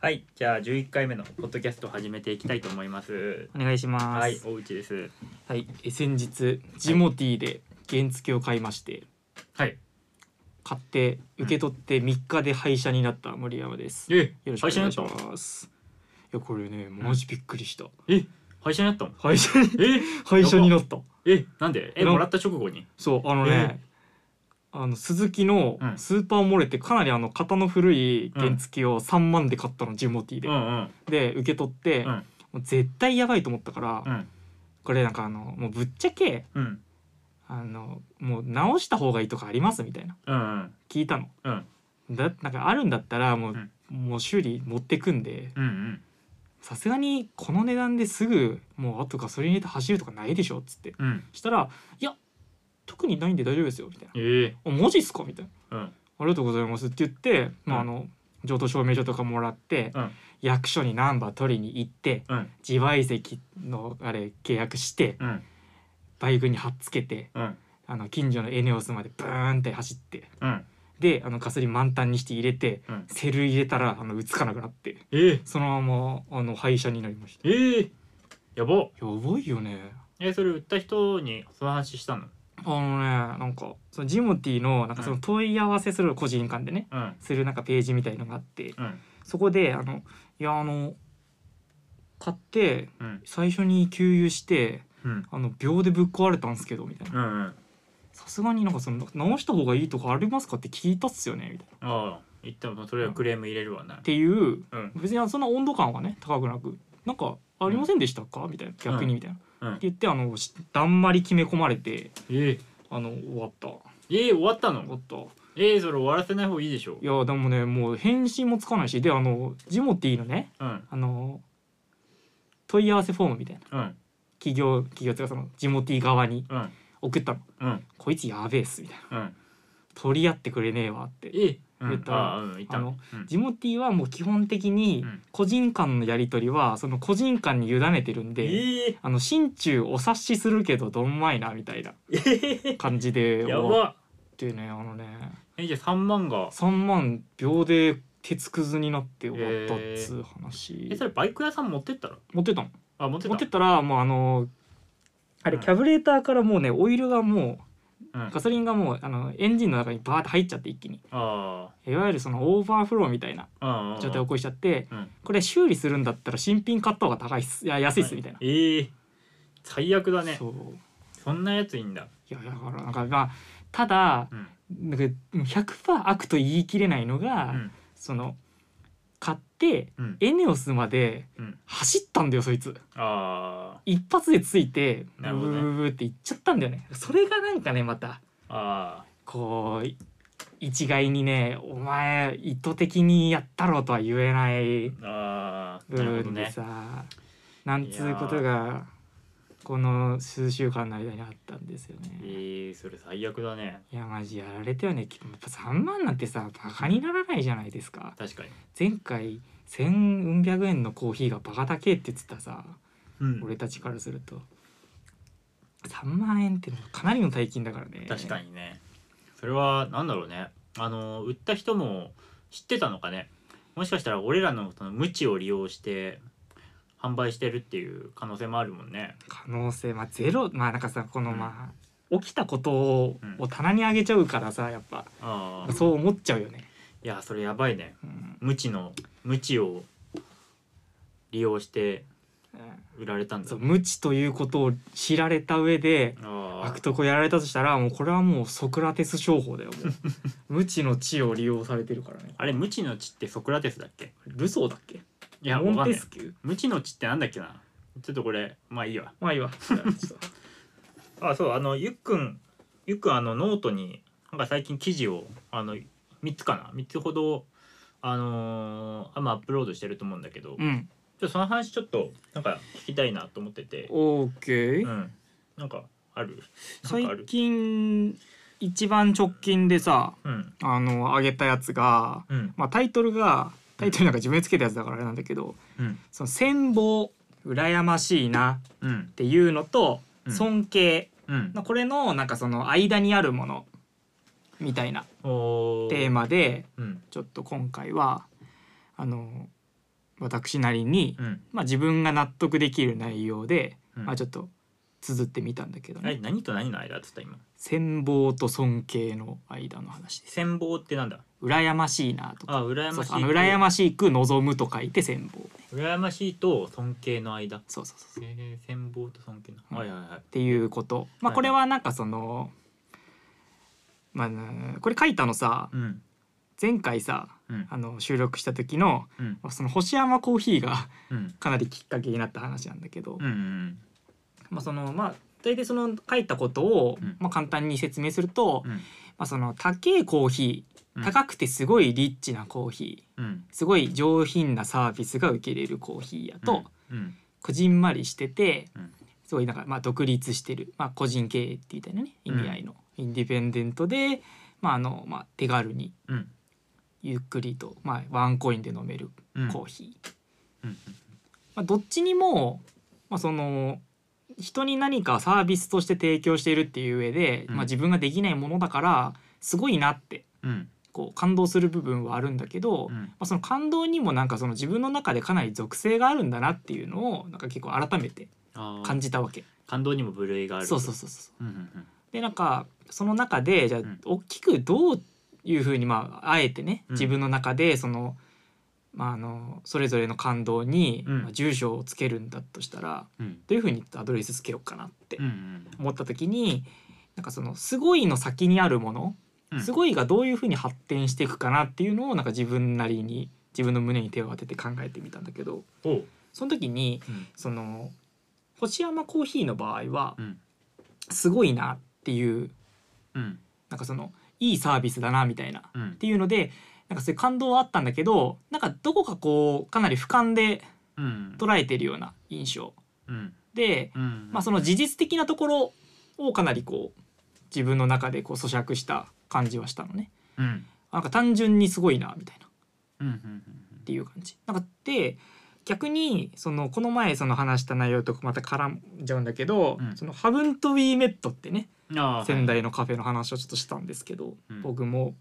はい、じゃあ11回目のポッドキャストを始めていきたいと思います。お願いします。ははいい、、おうちです。え先日ジモティーで原付を買いまして、はい。買って受け取って3日で廃車になった森山です。よえ、ろしくお願いします。いやこれねマジびっくりした。え、廃車になったの？廃車 にえ、廃車になった。え、なんで？え、なんもらった直後に。そうあのね。あの鈴木のうんスーパーモレってかなりあの型の古い原付を3万で買ったのジモティーで、うんうんで受け取っうて、んもう絶対やばいと思ったから、うんこれなんかあのもうぶっちゃけうんあのもう直した方がいいとかありますみたいなうんうん聞いたのうんだなんかあるんだったらもう、うんもう修理持ってくんでうんうんさすがにこの値段ですぐもうあとガソリン入れて走るとかないでしょっつってうん。したら「いや特にないんで大丈夫ですよ」みたいなええ、 「おマジっすか?」みたいなうん「ありがとうございます」って言って、まあ、あうんの上等証明書とかもらって、うん役所にナンバー取りに行ってうん自賠責のあれ契約してうんバイクに貼っつけてうんあの近所のエネオスまでブーンって走ってうん。であのガソリン満タンにして入れて、うんセル入れたらあのうつかなくなってええ、そのままあの廃車になりましたええ、やば。やばいよねえ、それ売った人にその話したの？あのねなんかそのジモティーのなんかその問い合わせする個人間でね、うんするなんかページみたいのがあってうんそこであのいやあの買ってうん最初に給油してうんあの秒でぶっ壊れたんですけどみたいなうんうん。さすがになんかその直した方がいいとかありますかって聞いたっすよねみたいなっああ、言ったもそれはクレーム入れるわな。ていううん別にあのそんな温度感はね高くなくなんかありませんでしたかみたいな逆にみたいな、うんって言ってあのしだんまり決め込まれてええ、あの終わった終ええ、終わったのわ？ったいええ、それ終わらせない方がいいでしょ。やでもねもう返信もつかないしであのジモティーのねうんあの問い合わせフォームみたいなうん企業企業っていうかそのジモティー側にうん送ったのうん「こいつやべえっす」みたいなうん。 「取り合ってくれねえわ」ってええ、言言っったた。ああ、うん言ったあのの。うんジモティーはもう基本的にうん個人間のやり取りはその個人間に委ねてるんで、ええあの心中お察しするけどどんまいなみたいな感じで終やわっば。てねあのねえじゃあ三万が。 3万秒で鉄くずになって終わったっつう話、えそれバイク屋さん持ってったら。持ってったのあ持って持た。ってったらもうあのあれうんキャブレーターからもうねオイルがもうん。うあガソリンがもうあのエンジンの中にバーって入っちゃって一気にあいわゆるそのオーバーフローみたいなああ。状態を起こしちゃってうんこれ修理するんだったら新品買った方が高いっすいや安いっすみたいな、ええ最悪だねそそうんなやついいんだいやだからなんかまあただうんなんか100%悪と言い切れないのうが、んその買ってうんエネオスまでうん走ったんだよそいつあ一発でついてブなるほーどねブーブーって行っちゃったんだよねそれがなんかねまたああこうい一概にねお前意図的にやったろうとは言えないあああ部なるほど分でねさ、なんつうこといがこの数週間の間にあったんですよね。ええそれ最悪だねいやマジやられたよねきやっぱ3万なんてさバカにならないじゃないですか確かに前回1うん百円のコーヒーがバカだけって言ってたさうん俺たちからすると3万円ってかなりの大金だからね確かにねそれはなんだろうねあの売った人も知ってたのかねもしかしたら俺らのその無知を利用して販売してるっていう可能性もあるもんね可能性まあゼロまあなんかさこのうんまあ、起きたことをうんを棚にあげちゃうからさやっぱああそう思っちゃうよね、いやそれやばいねうん無知の無知を利用してうん売られたんだそう無知ということを知られた上であ悪徳をやられたとしたらもうこれはもうソクラテス商法だよも う無知の知を利用されてるからねああれ無知の知ってソクラテスだっけルソーだっけいやわモかんンテないスキュー無知の知ってなんだっけなちょっとこれまあいいわまあいいわじゃあちょっとあそうあのゆっくんゆっくんあのノートになんか最近記事をあの3つかな3つほどあのーあまあアップロードしてると思うんだけど、ちょうんっとその話ちょっとなんか聞きたいなと思ってて、オーケうーん、なんかあるなんかあ最る近一番直近でさうんあの上げたやつが、うんまあ、タイトルがタイトルなんか自分でつけたやつだからあれなんだけどうん「その羨望羨ましいな」うんっていうのとう「ん尊敬うん」これのなんかその間にあるものみたいなおテーママでうんちょっと今回はあの私なりに、うんまあ、自分が納得できる内容で、うんまあ、ちょっと綴ってみたんだけどあれね何と何の間っつった今羨望と尊敬の間の話です羨望ってなんだ羨ましいなとかあ羨そまうしいそうあの羨ましく望むと書いて羨望ね羨ましいと尊敬の間そうそうそうそうっえー、羨望と尊敬の、うんはいはいはいていうことまはあいこれはなんかそのまあなこれ書いたのさうん前回さうんあの収録した時のうんその星山コーヒーが うんかなりきっかけになった話なんだけど、うんうんまあそのまあ大体その書いたことを、うんまあ、簡単に説明すると、うんまあ、その高いコーヒうーん高くてすごいリッチなコーヒーうんすごい上品なサービスが受けれるコーヒーやと、うんこじんまりしててうんすごいなんかまあ独立してる、まあ、個人経営って言いたいのね意味合いの、インディペンデントで、まああのまあ、手軽にうんゆっくりと、まあ、ワンコインで飲めるうんコーヒー。うんまあ、どっちにも、まあ、その人に何かサービスとして提供しているっていう上で、うんまあ、自分ができないものだからすごいなってうんこう感動する部分はあるんだけど、うまんあ、その感動にもなんかその自分の中でかなり属性があるんだなっていうのをなんか結構改めてあー感じたわけ。感動にも部類があるそうそうそうそううんうんでなんかその中でじゃあん大きくどういうふうにまああえてねうん自分の中でその,、まあ、あのそれぞれの感動にうんまあ住所をつけるんだとしたら、うんどういうふうにアドレスつけようかなってうんうん思った時になんかその「すごい」の先にあるもの「うんすごい」がどういうふうに発展していくかなっていうのをなんか自分なりに自分の胸に手を当てて考えてみたんだけどおうその時にうんその星山コーヒーの場合はうん「すごいな」っていううんなんかそのいいサービスだなみたいなっうんていうのでなんかそういう感動はあったんだけどなんかどこかこうかなり俯瞰でうん捉えてるような印象うんで。うんまあ、その事実的なところをかなりこう自分の中でこう咀嚼した感じはしたのねうんなんか単純にすごいなみたいなっうんうんていう感じなんかで逆にそのこの前その話した内容とまた絡んじゃうんだけど、うんそのハブントウィーメットってねうんあー仙台のカフェの話をちょっとしたんですけど、うん僕も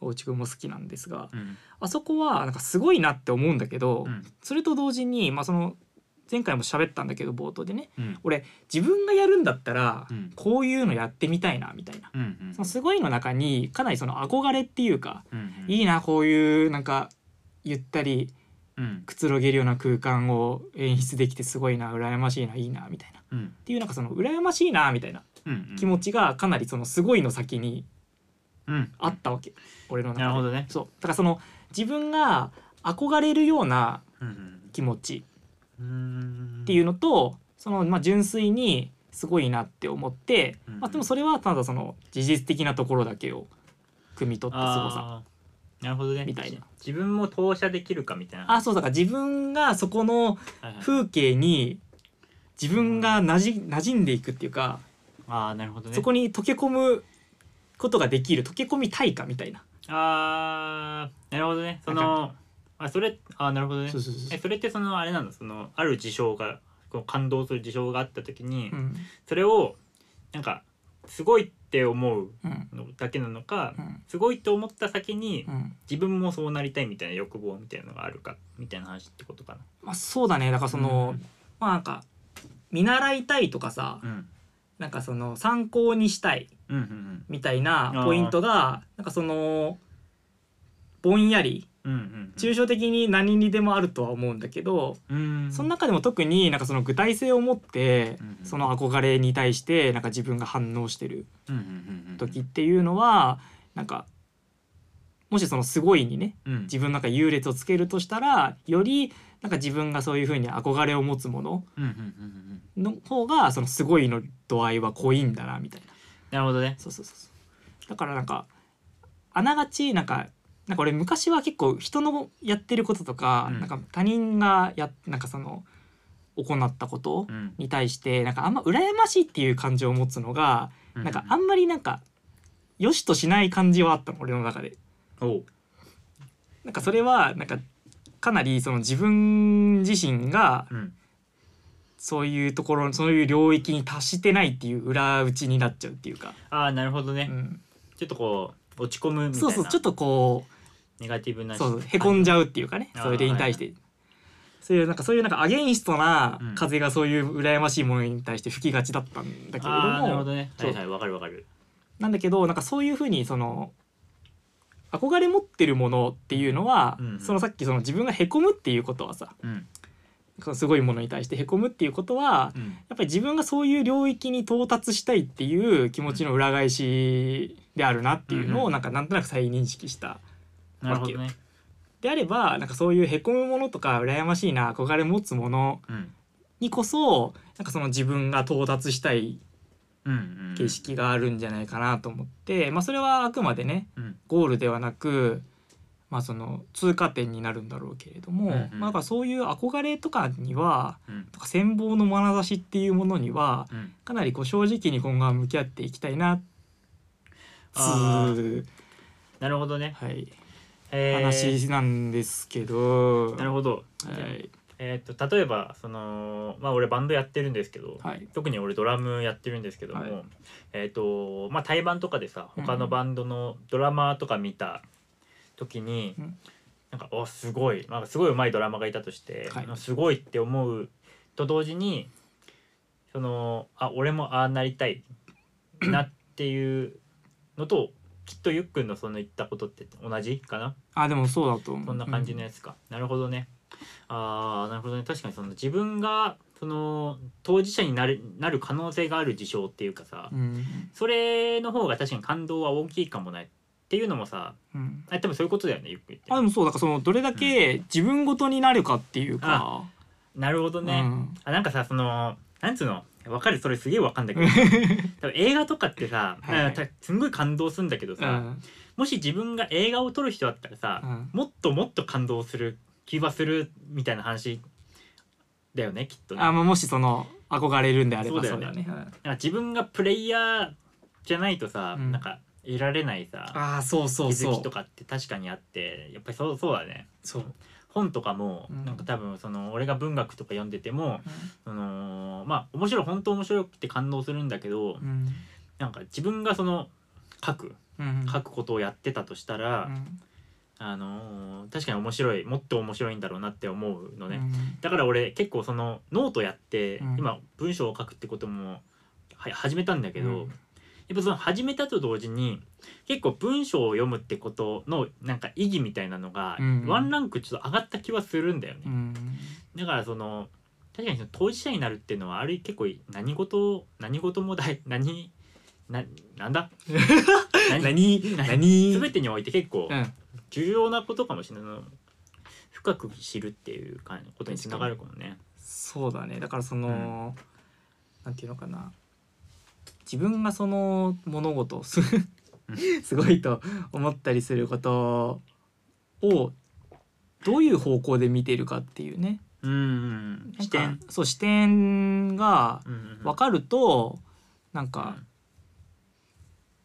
大内くんも好きなんですがうんあそこはなんかすごいなって思うんだけど、うんそれと同時に、まあ、その前回も喋ったんだけど冒頭でねうん俺自分がやるんだったら、うんこういうのやってみたいなみたいな、うんうんそのすごいの中にかなりその憧れっていうか、うんうんいいなこういうなんかゆったりうんくつろげるような空間を演出できてすごいな羨ましいないいなみたいなっうんていうなんかその羨ましいなみたいなうん気持ちがかなりそのすごいの先にうんあったわけ、俺の中でなるほどねそうだからその自分が憧れるようなうん気持ちうんっていうのとそのまあ純粋にすごいなって思って、うんまあ、でもそれはただその事実的なところだけを汲み取ったすごさあーなるほどねみたいな自分も投射できるかみたいなあそうだから自分がそこのはいはい風景に自分がなじ馴染んでいくっていうかあーなるほどねそこに溶け込むことができる溶け込みたいかみたいな。あーなるほどねそのあそれあーなるほどねそうそうそうそうえそれってそのあれなのそのある事象がこう感動する事象があった時に、うんそれをなんかすごいって思ううんのだけなのか、うんすごいと思った先にうん自分もそうなりたいみたいな欲望みたいなのがあるかみたいな話ってことかな。まあ、そうだねだからその、うんまあなんか見習いたいとかさ、うんなんかその参考にしたいうんうんみたいなポイントがなんかそのぼんやりうんうん抽象的に何にでもあるとは思うんだけど、うんその中でも特になんかその具体性を持ってうんうんその憧れに対してなんか自分が反応してるうんうんうんうん時っていうのはなんかもしその「すごい」にねうん自分の中優劣をつけるとしたらよりなんか自分がそういうふうに憧れを持つものうんうんうんうんの方がその「すごい」の度合いは濃いんだなみたいな。なるほどね。そうそうそうそうだからなんかあながちなんかなんか俺昔は結構人のやってることとか,、うんなんか他人がやなんかその行ったことうんに対してなんかあんま羨ましいっていう感情を持つのが、なんかあんまりなんか良しとしない感じはあったの俺の中で。おうなんかそれはなんかかなりその自分自身がうんそういうところそういう領域に達してないっていう裏打ちになっちゃうっていうか、ああなるほどねう、ん、ちょっとこう落ち込むみたいなそうそうちょっとこうネガティブなそうへこんじゃゃうっていうかねあーそれに対してそういうなんかそういうなんかアゲインストなうん風がそういう羨ましいものに対して吹きがちだったんだけれどああなるもほどねそはういはいわかるわかるなんだけどなんかそういうふうにその憧れ持ってるものっていうのは、うんうんそのさっきその自分がへこむっていうことはさうんそのすごいものに対してへこむっていうことはうんやっぱり自分がそういう領域に到達したいっていう気持ちの裏返しであるなっていうのうんうをんなんかなんとなく再認識した。なるほどねであればなんかそういうへこむものとか羨ましいな憧れ持つものうんにこそなんかその自分が到達したいうんうん形式があるんじゃないかなと思って、まあ、それはあくまでねうんゴールではなく、まあ、その通過点になるんだろうけれども、うんうんまあ、なんかそういう憧れとかにはうんとか羨望の眼差しっていうものにはうんかなりこう正直に今後は向き合っていきたいなつあなるほどねはい、えー話なんですけど。なるほどはいえーっと例えばそのまあ俺バンドやってるんですけどはい特に俺ドラムやってるんですけども、はいえっ、とまあ対バンとかでさうん他のバンドのドラマーとか見た時に、うんなんかおすごいなんかすごい上手いドラマーがいたとして、はいすごいって思うと同時にそのあ俺もああなりたいなっていうのときっとゆっくんのその言ったことって同じかなあでもそうだと思うこんな感じのやつか、なるほどねあーなるほどね確かにその自分がその当事者になるなる可能性がある事象っていうかさ、うんそれの方が確かに感動は大きいかもねっていうのもさうんあ多分そういうことだよねゆっくりあ言ってでもそうだからそのどれだけ自分ごとになるかっていうか、なるほどうん、ね、あなんかさそのなんつうのわかるそれすげえわかんだけど 多分映画とかってさはいはいなんかすんごい感動するんだけどうさ、んもし自分が映画を撮る人だったらさ、うんもっともっと感動する気はするみたいな話だよねきっとねあまあもしその憧れるんであればそそううだだよよねね。なんか自分がプレイヤーじゃないとさ、うんなんか得られないさああそう気そうづそうきと。かって確かにあってやっぱりそうそうだねそう本とかも、うんなんか多分その俺が文学とか読んでてもそのまあ面白い本当面白くて感動するんだけど、うんなんか自分がその書くうん書くことをやってたとしたら、うんあのー確かに面白いもっと面白いんだろうなって思うのね、うんだから俺結構そのノートやって、うん今文章を書くってこともは始めたんだけど、うんやっぱその始めたと同時に結構文章を読むってことのなんか意義みたいなのが、うんワンランクちょっと上がった気はするんだよね。うんだからその確かにその当事者になるっていうのはある結構何事何事もだい 何ななんだ何 何何全てにおいて結構うん重要なことかもしれないの深く知るっていうかことにつながるかもね。そうだねだからその、なんていうのかな自分がその物事をす すごいと思ったりすることをどういう方向で見てるかっていうねうんうんうん、なん視か点そう視点がうんうんうん分かると、なんうかん、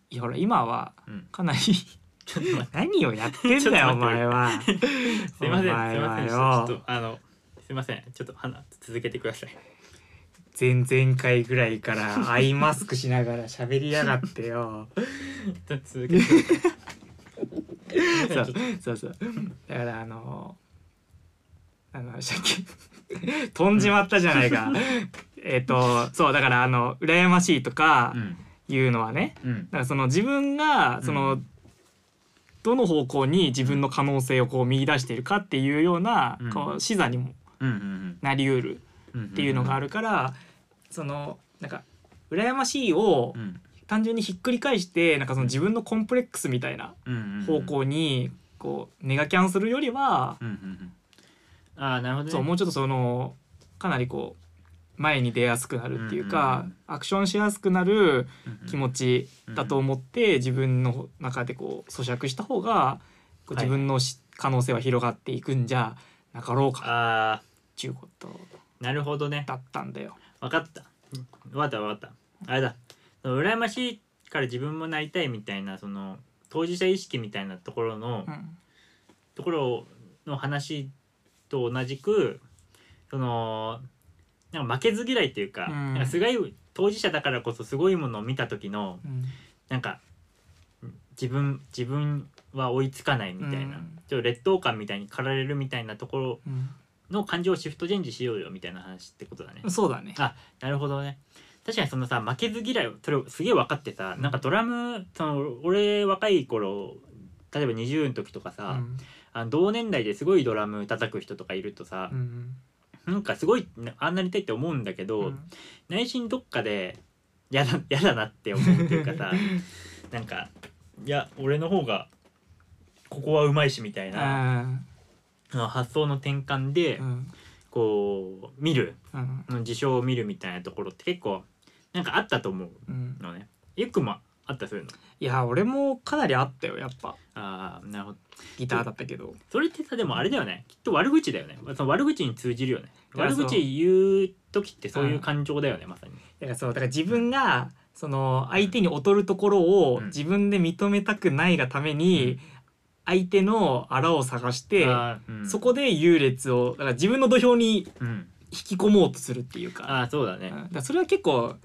いやほら今はうんかなりちょっと待って 何をやってんだよちょおっと待って前は。すいませんすいお前まはせんよちょっとあのすいませんちょっと花続けてください。前々回ぐらいからアイマスクしながら喋りやがってよ。ちょっと続けてくださいすいそませんうちょっそうそうだからあのあの借金飛んじまったじゃないかえっとそうだからあの羨ましいとかとうんいうのはねうんだからその自分がその、うんどの方向に自分の可能性をこう見出しているかっていうような、うんこう視座にもうんなりうるうんっていうのがある。るから、そのなんか羨ましいをうん単純にひっくり返してなんかその自分のコンプレックスみたいなうんうんうん方向にこうネガキャンするよりは、うんうんうんああなるほどね。そうもうちょっとそのかなりこう前に出やすくなるっていうか、うんうんアクションしやすくなるうんうん気持ちだと思って、自分の中でこう咀嚼した方がこうはい自分のし、可能性は広がっていくんじゃなかろうかっああていうことなるほどね。だったんだよ。わかった。わかったわかった。あれだ。その羨ましいから自分もなりたいみたいなその当事者意識みたいなところの、うんところの話と同じくそのなんか負けず嫌いっていうか,、うんなんかすごい当事者だからこそすごいものを見た時のうんなんか自分自分は追いつかないみたいな、うんちょっと劣等感みたいに駆られるみたいなところうんの感情をシフトチェンジしようよみたいな話ってことだね。そうだねあなるほどね確かにそのさ負けず嫌いそれすげえ分かってさなんかドラムその俺若い頃例えば20の時とかさ、うんあの同年代ですごいドラム叩く人とかいるとさう、んなんかすごいなあんなりたいって思うんだけど、うん内心どっかでやだ やだなって思うっていうか さなんかいや俺の方がここはうまいしみたいなあの発想の転換で、ーうんこう見るうん事象を見るみたいなところって結構なんかあったと思ううんのね。ゆくもあったそういうの。いや俺もかなりあったよやっぱああなるほど。ギターだったけどそれってさでもあれだよね。きっと悪口だよね。その悪口に通じるよね。いや悪そう口言う時ってそういう感情だよね、まさに。だからそうだから自分がその相手に劣るところをうん自分で認めたくないがために相手のあらを探してあーうんそこで優劣をだから自分の土俵にうん。引き込もうとするっていうかああそうだうんね。だからそれは結構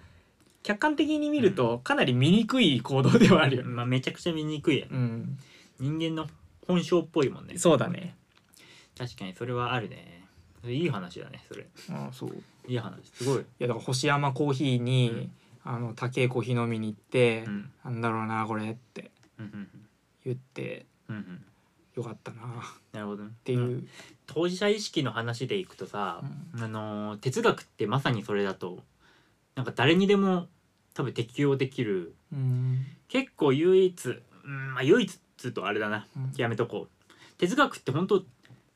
客観的に見るとかなり醜い行動ではあるよね。まあめちゃくちゃ見にくいやねうん、人間の本性っぽいもんね。そうだね。確かにそれはあるね。それいい話だねそれ。あそういいい話すごい。やだから星山コーヒーに、あの高いコーヒー飲みに行って、うんなんだろうなこれってうんうん言ってうんうんうん。よかったなっなるほどね。っていう。当事者意識の話でいくとさ、あのー哲学ってまさにそれだとなんか誰にでも多分適用できるうん結構唯一、うんまあ、唯一っつうとあれだなうんやめとこう哲学って本当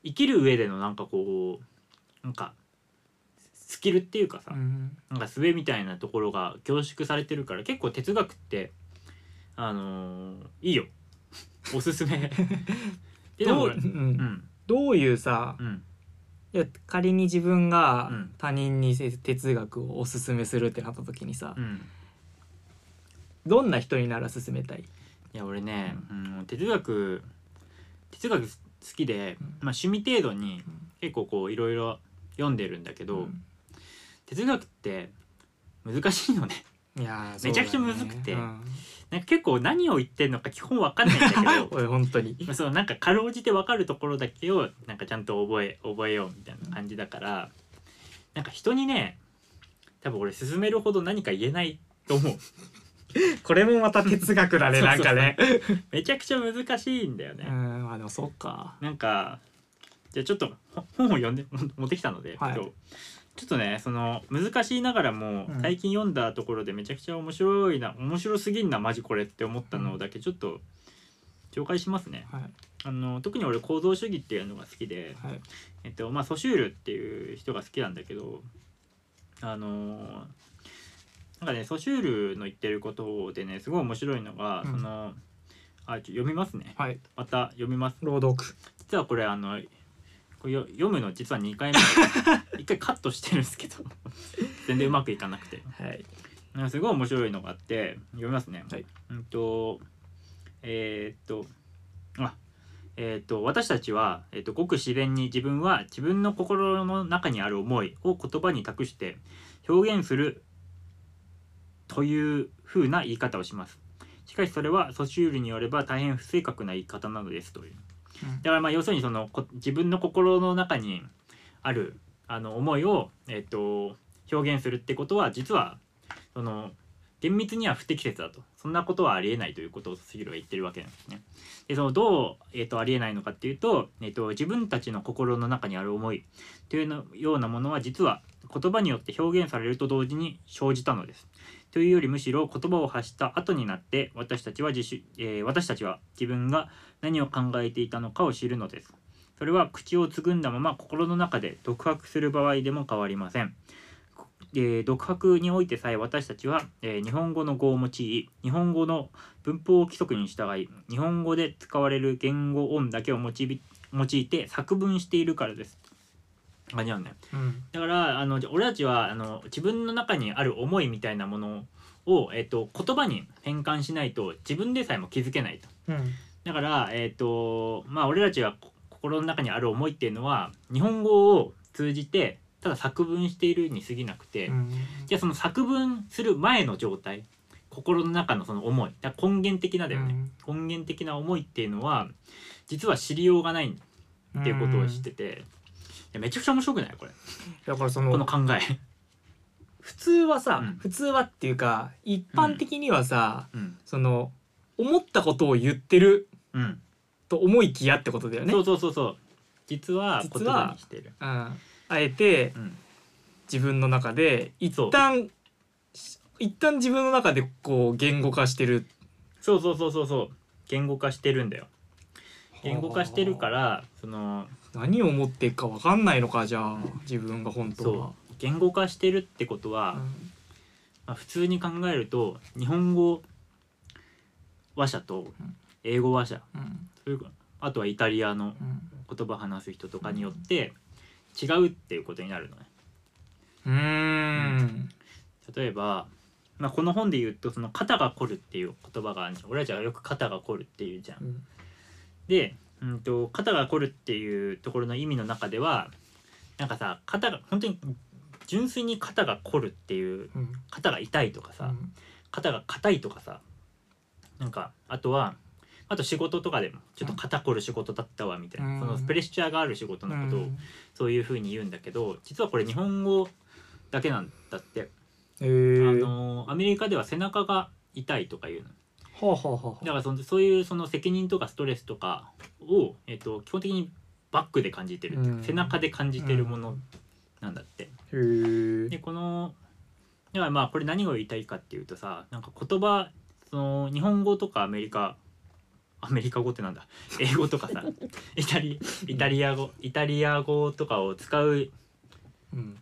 生きる上でのなんかこうなんかスキルっていうかさ、うんなんか術みたいなところが凝縮されてるから結構哲学ってあのーいい よおす すめっていうのもどう俺ううんんどういうさうんいや仮に自分がうん他人にせ哲学をおすすめするってなった時にさうんどんな人になら勧めたいいや俺ね、うん、哲学哲学好きで、うんまあ、趣味程度にうん結構こういろいろ読んでるんだけど、哲学って難しいのね いやーめちゃくちゃそうだねむずくてうんなんか結構何を言ってんのか基本わかんないんだけどおい 本当にまあそのなんかかろうじてわかるところだけをなんかちゃんと覚え覚えようみたいな感じだからなんか人にね多分俺勧めるほど何か言えないと思うこれもまた哲学 だねそうなそうんそうかねめちゃくちゃ難しいんだよね。うんまあでもそうかなんかじゃあちょっとほ本を読んで 持ってきたので、はい今日ちょっとねその難しいながらも、うん最近読んだところでめちゃくちゃ面白いな面白すぎんなマジこれって思ったのだけちょっと紹介しますね。はいあの特に俺構造主義っていうのが好きで、はいえっとまあ、ソシュールっていう人が好きなんだけどあのーなんかねソシュールの言ってることでねすごい面白いのが、うんそのあちょ読みますねはいまた読みます。朗読実はこれあのこれよ読むの実は2回目一回カットしてるんですけど全然うまくいかなくてはいなんかすごい面白いのがあって読みますね、はいうんとえーっとあえーっと私たちは、えーっとごく自然に自分は自分の心の中にある思いを言葉に託して表現するというふうな言い方をしますしかしそれはソシュールによれば大変不正確な言い方なのですというだからまあ要するにそのこ自分の心の中にあるあの思いを、えっと表現するってことは実はその厳密には不適切だとそんなことはありえないということをスギルは言ってるわけなんですね。でそのどう、えっとありえないのかっていうと,、えっと自分たちの心の中にある思いというのようなものは実は言葉によって表現されると同時に生じたのです。というよりむしろ言葉を発した後になって私たちは自主、えー私たちは自分が何を考えていたのかを知るのですそれは口をつぐんだまま心の中で独白する場合でも変わりません、えー独白においてさえ私たちは、えー日本語の語を用い日本語の文法規則に従い日本語で使われる言語音だけを用い用いて作文しているからですあじゃあねうんだからあのじゃ俺たちはあの自分の中にある思いみたいなものを、えっと言葉に転換しないと自分でさえも気づけないとうんだからえっ、とまあ俺たちはこ心の中にある思いっていうのは日本語を通じてただ作文しているに過ぎなくて、うんじゃあその作文する前の状態心の中のその思いだから根源的なだよね、根源的な思いっていうのは実は知りようがないんだっていうことを知ってて、やめちゃくちゃ面白くないこれだからそこのの考え普通はさ、うん普通はっていうか一般的にはさ、うんその思ったことを言ってるうん、と思いきやってことだよね。そううそうそうそう実は実言は葉にしてるん、あえてうん自分の中で一そう旦し一旦自分の中でこう言語化してる。そうそうそうそうそう言語化してるんだよ言語化してるかららその何を思ってるかわかんないのかじゃあ自分が本当はそ。言語化してるってことは、うんまあ、普通に考えると日本語話者とうん英語話者うんそれからあとはイタリアのうん言葉話す人とかによって違うっていうことになるのね。うーん例えば、まあ、この本で言うとその肩が凝るっていう言葉があるじゃん俺たちはよく肩が凝るっていうじゃん。うんで、うん、と肩が凝るっていうところの意味の中ではなんかさ肩が本当に純粋に肩が凝るっていううん肩が痛いとかさ、うん肩が硬いとかさなんかあとはあと仕事とかでもちょっと肩こる仕事だったわみたいな、うんそのプレッシャーがある仕事のことをそういうふうに言うんだけど実はこれ日本語だけなんだって、あえー、はのアメリカでは背中が痛いとかいうのあはあはあだからそのそういうその責任とかストレスとかを、えっと基本的にバックで感じてるっていうか、うん背中で感じてるものなんだって。へーでこのだからまあこれ何を言いたいかっていうとさなんか言葉その日本語とかアメリカアメリカ語ってなんだ英語とか さイタリイタリア語イタリア語とかを使ううん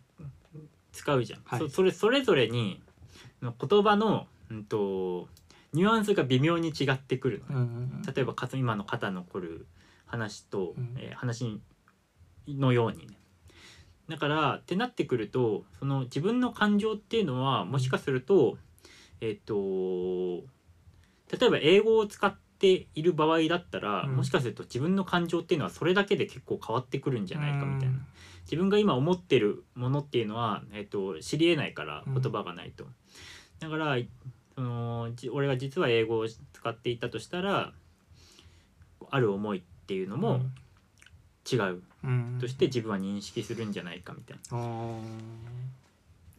使うじゃん、はいそそれそれぞれにの言葉の、うん、とニュアンスが微妙に違ってくるのねうんうん例えばかつ今の肩の凝る話と、うんえー話のようにねだからってなってくるとその自分の感情っていうのはもしかするとえっ、と例えば英語を使っている場合だったら、うんもしかすると自分の感情っていうのはそれだけで結構変わってくるんじゃないかみたいな、自分が今思ってるものっていうのは、えっと知りえないからうん言葉がないと、だからいそのじ俺が実は英語を使っていたとしたらある思いっていうのも違ううんとして自分は認識するんじゃないかみたいなあー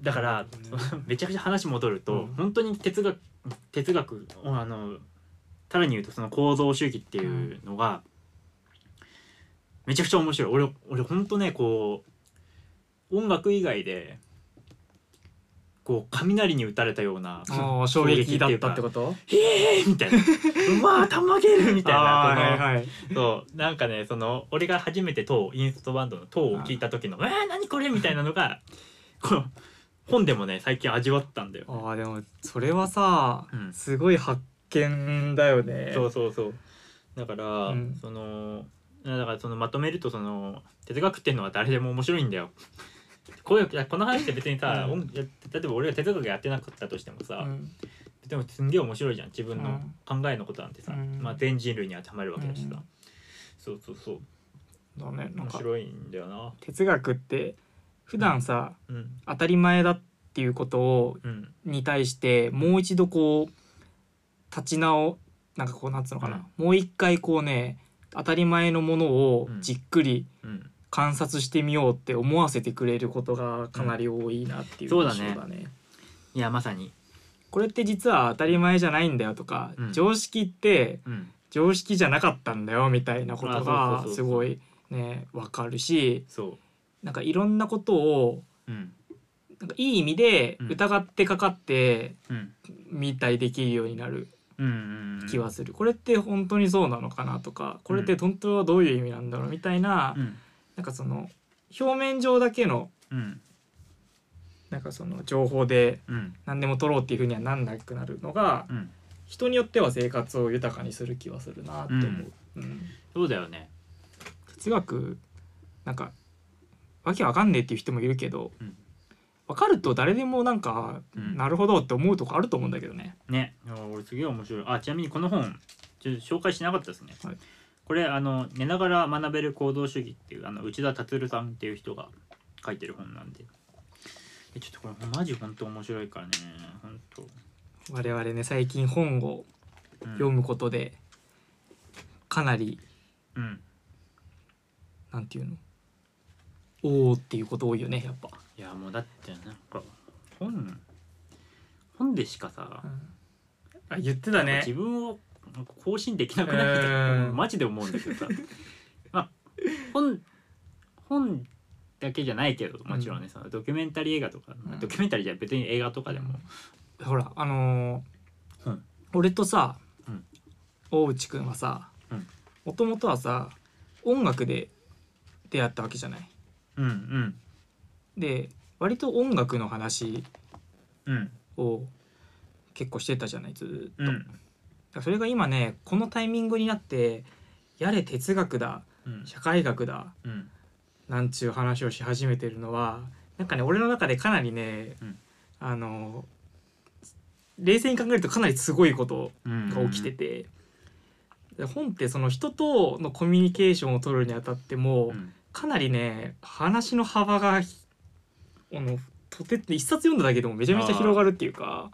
だから、なるほどめちゃくちゃ話戻ると、うん本当に哲学哲学あのさらに言うとその構造主義っていうのが、めちゃくちゃ面白い俺俺本当ねこう音楽以外でこう雷に打たれたようなあー衝撃だったってとこと ええー、みたいな「うわーたまげる!」みたいなあこのーはいはいそうなんかねその俺が初めて「トーインストバンドの「トーを聞いた時の「えー、何これ!」みたいなのがこの本でもね最近味わったんだよ。あーでもそれはさ、うんすごい発見だよねそうそうそうだから、うんそのだからそのまとめるとその哲学っていうのは誰でも面白いんだよ。 こういういやこの話って別にさ、うん音や例えば俺が哲学やってなかったとしてもさ、うんでもすんげえ面白いじゃん自分の考えのことなんてさ、うんまあ、全人類に当てはまるわけだしうさん、そうそうそうだねなん面か白いんだよな。哲学って普段さ、うん当たり前だっていうことをうんに対してもう一度こう立ち直なんかこうなんつうのかな、もう一回こうね当たり前のものをうんじっくりうん観察してみようって思わせてくれることがかなり多いなっていううん印象そうだだね。いやまさに、これって実は当たり前じゃないんだよとか、うん常識ってうん、常識じゃなかったんだよみたいなことあそうがそうそうすそうごいねわかるしそなんかいろんなことをう、うん、なんかいい意味でうん疑ってかかってうん、みたいできるようになるうん、うん、うん気はするこれって本当にそうなのかなとかこれって本当はどういう意味なんだろうみたいな、うん、なんかその表面上だけのうん、なんかその情報でうん、何でも取ろうっていうふうにはなんなくなるのがうん、人によっては生活を豊かにする気はするなって思う、うんそうだよね。哲学なんかわけわかんねえっていう人もいるけど、うんわかると誰でもなんか、うんなるほどって思うとこあると思うんだけどね。ね、いや俺すげえ面白い。あ、ちなみにこの本、ちょっと紹介しなかったですね。はいこれあの寝ながら学べる行動主義っていうあの内田達さんっていう人が書いてる本なんで。えちょっとこれマジ本当面白いからね、本当。我々ね最近本をうん、読むことでかなりうん、なんていうのおーっていうこと多いよねやっぱ、いやもうだってなんか本本でしかさ、あ言ってたね自分をなんか更新できなくなういーんマジで思うんだけどさまあ本本だけじゃないけどもちろんね、そのドキュメンタリー映画とか、うんドキュメンタリーじゃ別に映画とかでも、ほらあのうーん俺とさ、うん大内くんはさうんもともとはさ音楽で出会ったわけじゃないうん、うんで割と音楽の話うんを結構してたじゃないずーっと、うんだからそれが今ねこのタイミングになってやれ哲学だうん社会学だうんなんちゅう話をし始めてるのはなんかね俺の中でかなりね、うんあの冷静に考えるとかなりすごいことうんが起きてて、で本ってその人とのコミュニケーションを取るにあたっても、うんかなりね話の幅があのとて一冊読んだだけでもめちゃめちゃ広がるっていうか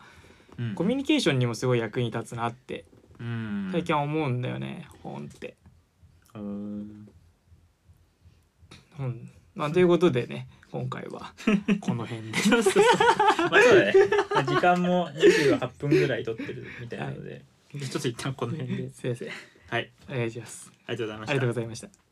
うんコミュニケーションにもすごい役に立つなってうん最近は思うんだよね、本って。おー本まあ、ということでね今回はこの辺で。そうそうそう。まあそうだね。まあ時間も28分ぐらい取ってるみたいなので、ちょっと一旦この辺で。 先生はい、お願いします。ありがとうございあまりしがとたうご。ざいました。